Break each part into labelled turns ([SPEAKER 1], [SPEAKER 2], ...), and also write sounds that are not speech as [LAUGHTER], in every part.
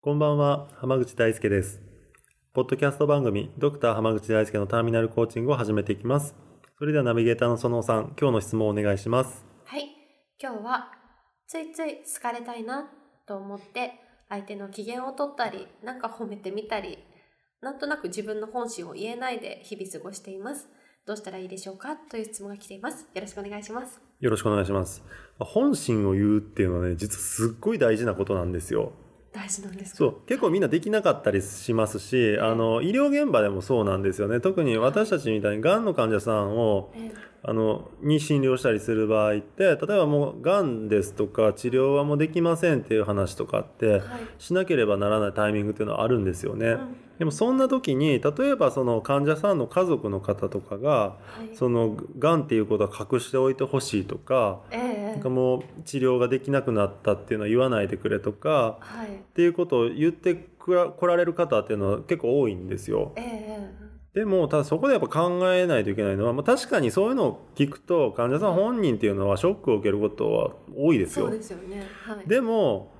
[SPEAKER 1] こんばんは浜口大輔ですポッドキャスト番組ドクター浜口大輔のターミナルコーチングを始めていきますそれではナビゲーターのそのおさん今日の質問をお願いします
[SPEAKER 2] はい、今日はついつい好かれたいなと思って相手の機嫌を取ったり、なんか褒めてみたり、なんとなく自分の本心を言えないで日々過ごしています。どうしたらいいでしょうかという質問が来ています。よろしくお願いします。
[SPEAKER 1] よろしくお願いしますまあ本心を言うっていうのはね実はすっごい大事なことなんですよ
[SPEAKER 2] 大事なんですか。
[SPEAKER 1] そう結構みんなできなかったりしますしあの医療現場でもそうなんですよね特に私たちみたいにがんの患者さんを
[SPEAKER 2] ええ
[SPEAKER 1] あのに診療したりする場合って例えばもうがんですとか治療はもうできませんっていう話とかって
[SPEAKER 2] はい。
[SPEAKER 1] しなければならないタイミングっていうのはあるんですよね。
[SPEAKER 2] うん
[SPEAKER 1] でもそんな時に例えばその患者さんの家族の方とかが
[SPEAKER 2] はい。
[SPEAKER 1] そのがんっていうことは隠しておいてほしいとか
[SPEAKER 2] え
[SPEAKER 1] な
[SPEAKER 2] え
[SPEAKER 1] んかもう治療ができなくなったっていうのは言わないでくれとか
[SPEAKER 2] はい。
[SPEAKER 1] っていうことを言ってくら来られる方っていうのは結構多いんですよ。
[SPEAKER 2] ええ
[SPEAKER 1] でもただそこでやっぱ考えないといけないのは、まあ、確かにそういうのを聞くと患者さん本人っていうのはショックを受けることは多いです
[SPEAKER 2] そ
[SPEAKER 1] よ。
[SPEAKER 2] う
[SPEAKER 1] で
[SPEAKER 2] ですよね。はい。
[SPEAKER 1] も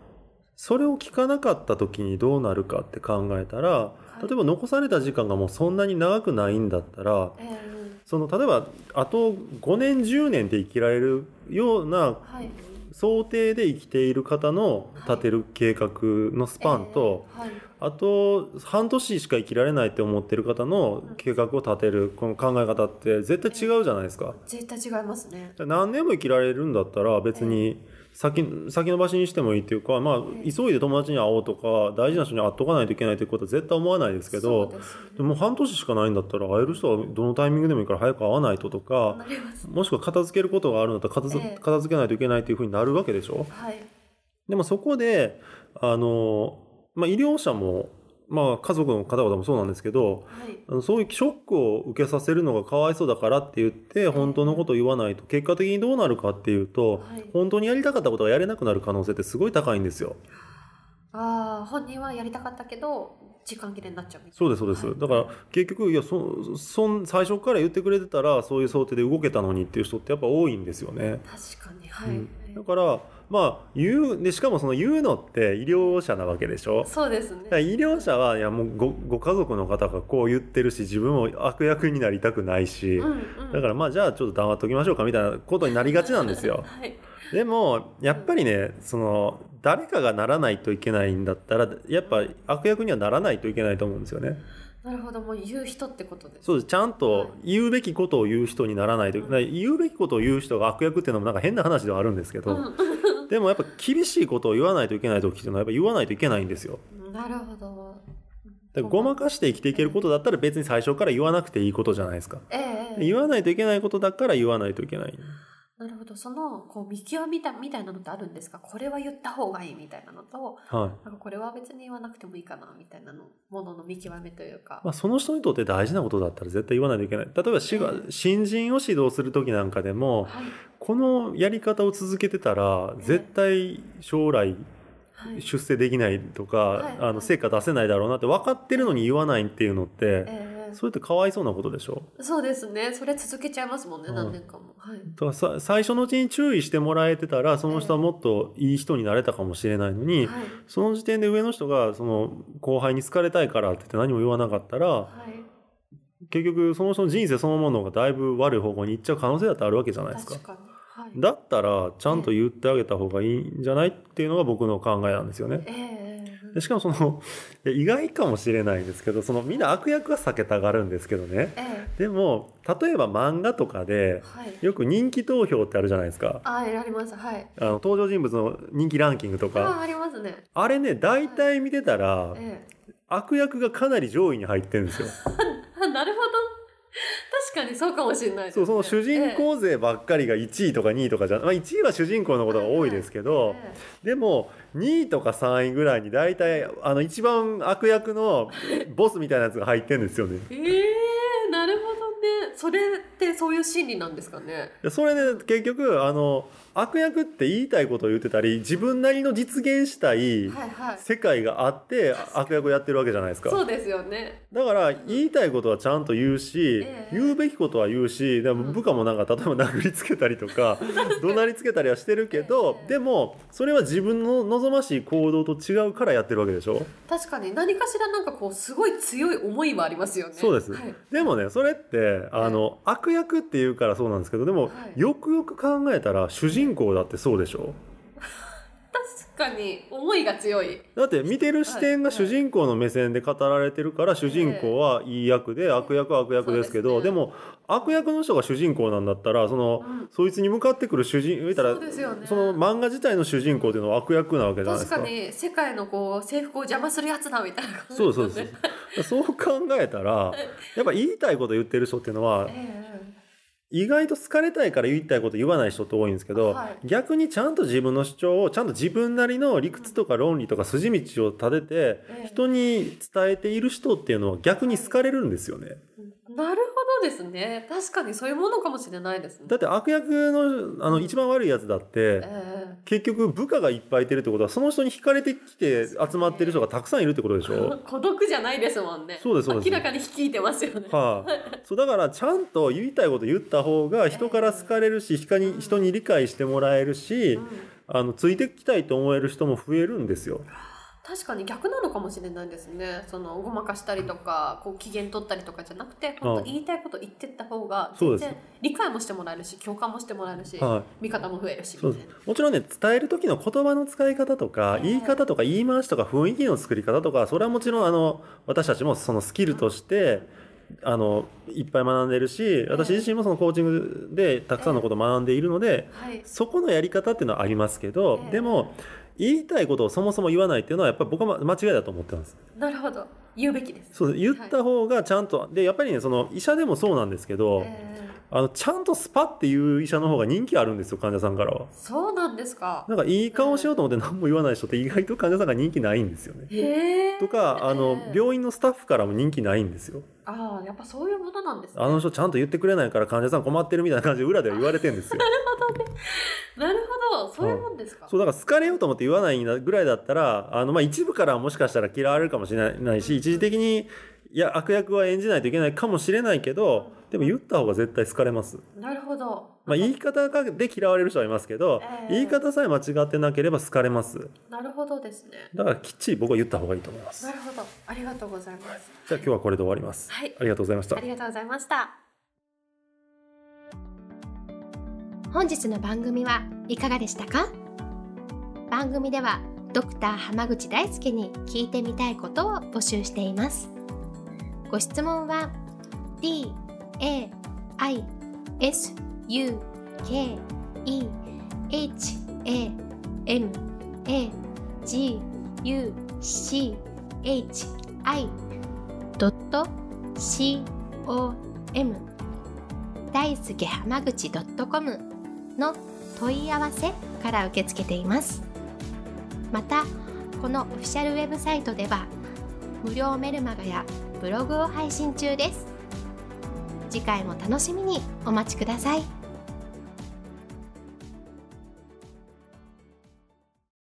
[SPEAKER 1] それを聞かなかった時にどうなるかって考えたら、
[SPEAKER 2] い
[SPEAKER 1] 例えば残された時間がもうそんなに長くないんだったら
[SPEAKER 2] ええ
[SPEAKER 1] その例えばあと5年10年で生きられるような
[SPEAKER 2] はい。
[SPEAKER 1] 想定で生きている方の立てる計画のスパンと、
[SPEAKER 2] ええはい。
[SPEAKER 1] あと半年しか生きられないって思ってる方の計画を立てるこの考え方って絶対違うじゃないですか。
[SPEAKER 2] 絶対違いますね。
[SPEAKER 1] 何年も生きられるんだったら別に先先延ばしにしてもいいっていうか、まあ、
[SPEAKER 2] ええ
[SPEAKER 1] 急いで友達に会おうとか大事な人に会っとかないといけないということは絶対思わないですけど
[SPEAKER 2] そうですよね
[SPEAKER 1] でも半年しかないんだったら会える人はどのタイミングでもいいから早く会わないととか
[SPEAKER 2] なります。
[SPEAKER 1] もしくは片付けることがあるんだったら片付,、
[SPEAKER 2] ええ
[SPEAKER 1] 片付けないといけないというふうになるわけでしょ。
[SPEAKER 2] はい。
[SPEAKER 1] でもそこで、あの、まあ、医療者も、まあ、家族の方々もそうなんですけど、
[SPEAKER 2] はい。
[SPEAKER 1] あのそういうショックを受けさせるのがかわいそうだからって言って、本当のことを言わないと、結果的にどうなるかっていうと、
[SPEAKER 2] はい
[SPEAKER 1] 本当にやりたかったことがやれなくなる可能性ってすごい高いんですよ。
[SPEAKER 2] ああ本人はやりたかったけど時間切れになっちゃうみたいな
[SPEAKER 1] そうです、そうです。だから、結局、いや、そ、そん、最初から言ってくれてたら、そういう想定で動けたのにっていう人ってやっぱ多いんですよね。
[SPEAKER 2] 確かにはい、
[SPEAKER 1] うんだから、まあ、言う、で、しかもその言うのって医療者なわけでしょ。
[SPEAKER 2] そうです
[SPEAKER 1] だから
[SPEAKER 2] ね
[SPEAKER 1] 医療者はいやもうごご家族の方がこう言ってるし自分も悪役になりたくないし、
[SPEAKER 2] うんうん
[SPEAKER 1] だからまあじゃあちょっと黙っときましょうかみたいなことになりがちなんです
[SPEAKER 2] [LAUGHS]
[SPEAKER 1] よ
[SPEAKER 2] はい
[SPEAKER 1] でもやっぱりねその誰かがならないといけないんだったらやっぱ悪役にはならないといけないと思うんですよね
[SPEAKER 2] なるほどもう言う人ってことです
[SPEAKER 1] そうですちゃんと言うべきことを言う人にならないといけない言うべきことを言う人が悪役っていうのもなんか変な話ではあるんですけ
[SPEAKER 2] う
[SPEAKER 1] ど、でもやっぱ厳しいことを言わないといけない時っていうのはやっぱ言わないといけないんですよ
[SPEAKER 2] ん、なるほど
[SPEAKER 1] だからごまかして生きていけることだったら別に最初から言わなくていいことじゃないですか。
[SPEAKER 2] ええええ
[SPEAKER 1] 言わないといけないことだから言わないといけない。
[SPEAKER 2] なるほどそのこう見極めたみたいなのってあるんですかこれは言った方がいいみたいなのと
[SPEAKER 1] はい。
[SPEAKER 2] なんかこれは別に言わなくてもいいかなみたいなのものの見極めというか、
[SPEAKER 1] まあその人にとって大事なことだったら絶対言わないといけない。例えばしが新人を指導する時なんかでも、
[SPEAKER 2] はい
[SPEAKER 1] このやり方を続けてたら絶対将来
[SPEAKER 2] はい
[SPEAKER 1] 出世できないと
[SPEAKER 2] は
[SPEAKER 1] か
[SPEAKER 2] い、
[SPEAKER 1] あの成果出せないだろうなって分かってるのに言わないっていうのって、
[SPEAKER 2] えええ
[SPEAKER 1] それってかわいそうなことでしょ。
[SPEAKER 2] えそうですねそれ続けちゃいますもんね、
[SPEAKER 1] うん
[SPEAKER 2] 何年間もはい
[SPEAKER 1] だからさ最初のうちに注意してもらえてたら、その人はもっといい人になれたかもしれないのに、
[SPEAKER 2] はい
[SPEAKER 1] その時点で上の人がその後輩に好かれたいからって言って何も言わなかったら
[SPEAKER 2] はい
[SPEAKER 1] 結局その人の人生そのものがだいぶ悪い方向に行っちゃう可能性だってあるわけじゃないですか
[SPEAKER 2] 確。かにはい
[SPEAKER 1] だったらちゃんと言ってあげた方がいいんじゃないっていうのが僕の考えなんですよね。
[SPEAKER 2] ええええ
[SPEAKER 1] でしかもその [LAUGHS] いや意外かもしれないんですけどそのみんな悪役は避けたがるんですけどね
[SPEAKER 2] ええ
[SPEAKER 1] でも例えば漫画とかで
[SPEAKER 2] はい。
[SPEAKER 1] よく人気投票ってあるじゃないですか
[SPEAKER 2] あ、あります。はい。
[SPEAKER 1] あの登場人物の人気ランキングとか
[SPEAKER 2] あ、ありますね。
[SPEAKER 1] あれね大体見てたら
[SPEAKER 2] ええ。 [LAUGHS]
[SPEAKER 1] 悪役がかなり上位に入ってるんですよ。
[SPEAKER 2] あなるほど。確かにそうかもしれないです
[SPEAKER 1] そうその主人公勢ばっかりが1位とか2位とかじゃ、まあ、1位は主人公のことが多いですけど、
[SPEAKER 2] ええ
[SPEAKER 1] でも2位とか3位ぐらいに大体あの一番悪役のボスみたいなやつが入ってんですよね。
[SPEAKER 2] えー、なるほどねそれってそういう心理なんですかね
[SPEAKER 1] でそれで結局あの悪役って言いたいことを言ってたり自分なりの実現したい
[SPEAKER 2] はいはい
[SPEAKER 1] 世界があって悪役をやってるわけじゃないですか。
[SPEAKER 2] そうですよね
[SPEAKER 1] だから言いたいことはちゃんと言うし、
[SPEAKER 2] ええ
[SPEAKER 1] 言うべきことは言うしでも部下もなんか例えば殴りつけたりと
[SPEAKER 2] [LAUGHS]
[SPEAKER 1] か怒鳴りつけたりはしてるけど
[SPEAKER 2] ええ
[SPEAKER 1] でもそれは自分の望ましい行動と違うからやってるわけでしょ
[SPEAKER 2] 確かに何かしらなんかこうすごい強い思いはありますよね
[SPEAKER 1] そうです
[SPEAKER 2] はい、
[SPEAKER 1] でもねそれってあの悪役っていうからそうなんですけどでも
[SPEAKER 2] はい
[SPEAKER 1] よくよく考えたら主人公だってそうでしょ
[SPEAKER 2] 確かに思いが強い
[SPEAKER 1] だって見てる視点が
[SPEAKER 2] はい
[SPEAKER 1] 主
[SPEAKER 2] はい
[SPEAKER 1] 人公の目線で語られてるから主人公はいい役で悪役は悪役ですけ
[SPEAKER 2] そ
[SPEAKER 1] ど
[SPEAKER 2] う
[SPEAKER 1] で
[SPEAKER 2] で
[SPEAKER 1] す
[SPEAKER 2] ね
[SPEAKER 1] も悪役の人が主人公なんだったらその
[SPEAKER 2] うん
[SPEAKER 1] そいつに向かってくる主人言たら
[SPEAKER 2] そうですよね
[SPEAKER 1] その漫画自体の主人公っていうのは悪役なわけじゃないで
[SPEAKER 2] 確
[SPEAKER 1] すか
[SPEAKER 2] か。に世界のこう制服を邪魔するやつだみたいな
[SPEAKER 1] [LAUGHS]
[SPEAKER 2] 感じ
[SPEAKER 1] そうですそう
[SPEAKER 2] ね
[SPEAKER 1] で、す。
[SPEAKER 2] [LAUGHS]
[SPEAKER 1] そう考えたらやっぱ言いたいこと言ってる人っていうのは
[SPEAKER 2] ええ
[SPEAKER 1] 意外と好かれたいから言いたいこと言わない人って多いんですけど、
[SPEAKER 2] はい
[SPEAKER 1] 逆にちゃんと自分の主張をちゃんと自分なりの理屈とか論理とか筋道を立てて、
[SPEAKER 2] ええ
[SPEAKER 1] 人に伝えている人っていうのは逆に好かれるんですよね。
[SPEAKER 2] なるほどですね確かにそういうものかもしれないですね
[SPEAKER 1] だって悪役のあの一番悪いやつだって、
[SPEAKER 2] え
[SPEAKER 1] 結局部下がいっぱいいてるってことはその人に惹かれてきて集まってる人がたくさんいるってことでし
[SPEAKER 2] え
[SPEAKER 1] ょ
[SPEAKER 2] 孤独じゃないですもんね
[SPEAKER 1] そうですそうです
[SPEAKER 2] 明らかに率いてますよね、
[SPEAKER 1] はい、そうだからちゃんと言いたいこと言った方が人から好かれるし人に人に理解してもらえるし
[SPEAKER 2] うん
[SPEAKER 1] あのついてきたいと思える人も増えるんですよ。
[SPEAKER 2] 確かに逆なのかもしれないですねそのごまかしたりとかこう機嫌取ったりとかじゃなくて本当言いたいこと言ってった方が
[SPEAKER 1] そう
[SPEAKER 2] 全
[SPEAKER 1] です
[SPEAKER 2] 然理解もしてもらえるし共感もしてもらえるし、
[SPEAKER 1] はい
[SPEAKER 2] 見方も増えるし
[SPEAKER 1] そう
[SPEAKER 2] み
[SPEAKER 1] で
[SPEAKER 2] たい
[SPEAKER 1] すもちろんね伝える時の言葉の使い方とか
[SPEAKER 2] ええ
[SPEAKER 1] 言い方とか言い回しとか雰囲気の作り方とかそれはもちろんあの私たちもそのスキルとしてあのいっぱい学んでるし私自身もそのコーチングでたくさんのことを学んでいるので
[SPEAKER 2] なはい
[SPEAKER 1] そこのやり方っていうのはありますけど
[SPEAKER 2] ええ
[SPEAKER 1] でも言いたいことをそもそも言わないっていうのはやっぱり僕は間違いだと思ってます。
[SPEAKER 2] なるほど言うべきです
[SPEAKER 1] そう言った方がちゃんとでやっぱりねその医者でもそうなんですけど
[SPEAKER 2] え
[SPEAKER 1] あのちゃんとスパっていう医者の方が人気あるんですよ患者さんからは。
[SPEAKER 2] ーそうなんですか
[SPEAKER 1] なんかいい顔しようと思って何も言わない人って意外と患者さんが人気ないんですよね。
[SPEAKER 2] へえ
[SPEAKER 1] とかあの
[SPEAKER 2] ええ
[SPEAKER 1] 病院のスタッフからも人気ないんですよ。
[SPEAKER 2] ああやっぱそういうものなんですね
[SPEAKER 1] あの人ちゃんと言ってくれないから患者さん困ってるみたいな感じで裏では言われてんです
[SPEAKER 2] [LAUGHS]
[SPEAKER 1] よ。
[SPEAKER 2] なるほどそういうもんですか、
[SPEAKER 1] そうだから好かれようと思って言わないぐらいだったらあの、まあ、一部からはもしかしたら嫌われるかもしれないないし一時的にいや悪役は演じないといけないかもしれないけどでも言った方が絶対好かれます。
[SPEAKER 2] なるほど、
[SPEAKER 1] まあ、言い方がで嫌われる人はいますけど
[SPEAKER 2] ええ
[SPEAKER 1] 言い方さえ間違ってなければ好かれます。
[SPEAKER 2] なるほどですね
[SPEAKER 1] だからきっちり僕は言った方がいいと思います
[SPEAKER 2] な。るほどありがとうございます
[SPEAKER 1] じゃあ今日はこれで終わります。
[SPEAKER 2] はい
[SPEAKER 1] ありがとうございました
[SPEAKER 2] あ。りがとうございました
[SPEAKER 3] 本日の番組はいかがでしたか番組ではドクター濱口大輔に聞いてみたいことを募集していますご質問は d a i s u k e h a m a g u c h i c o m 大輔濱口 .com の問い合わせから受け付けていますまたこのオフィシャルウェブサイトでは無料メルマガやブログを配信中です次回も楽しみにお待ちください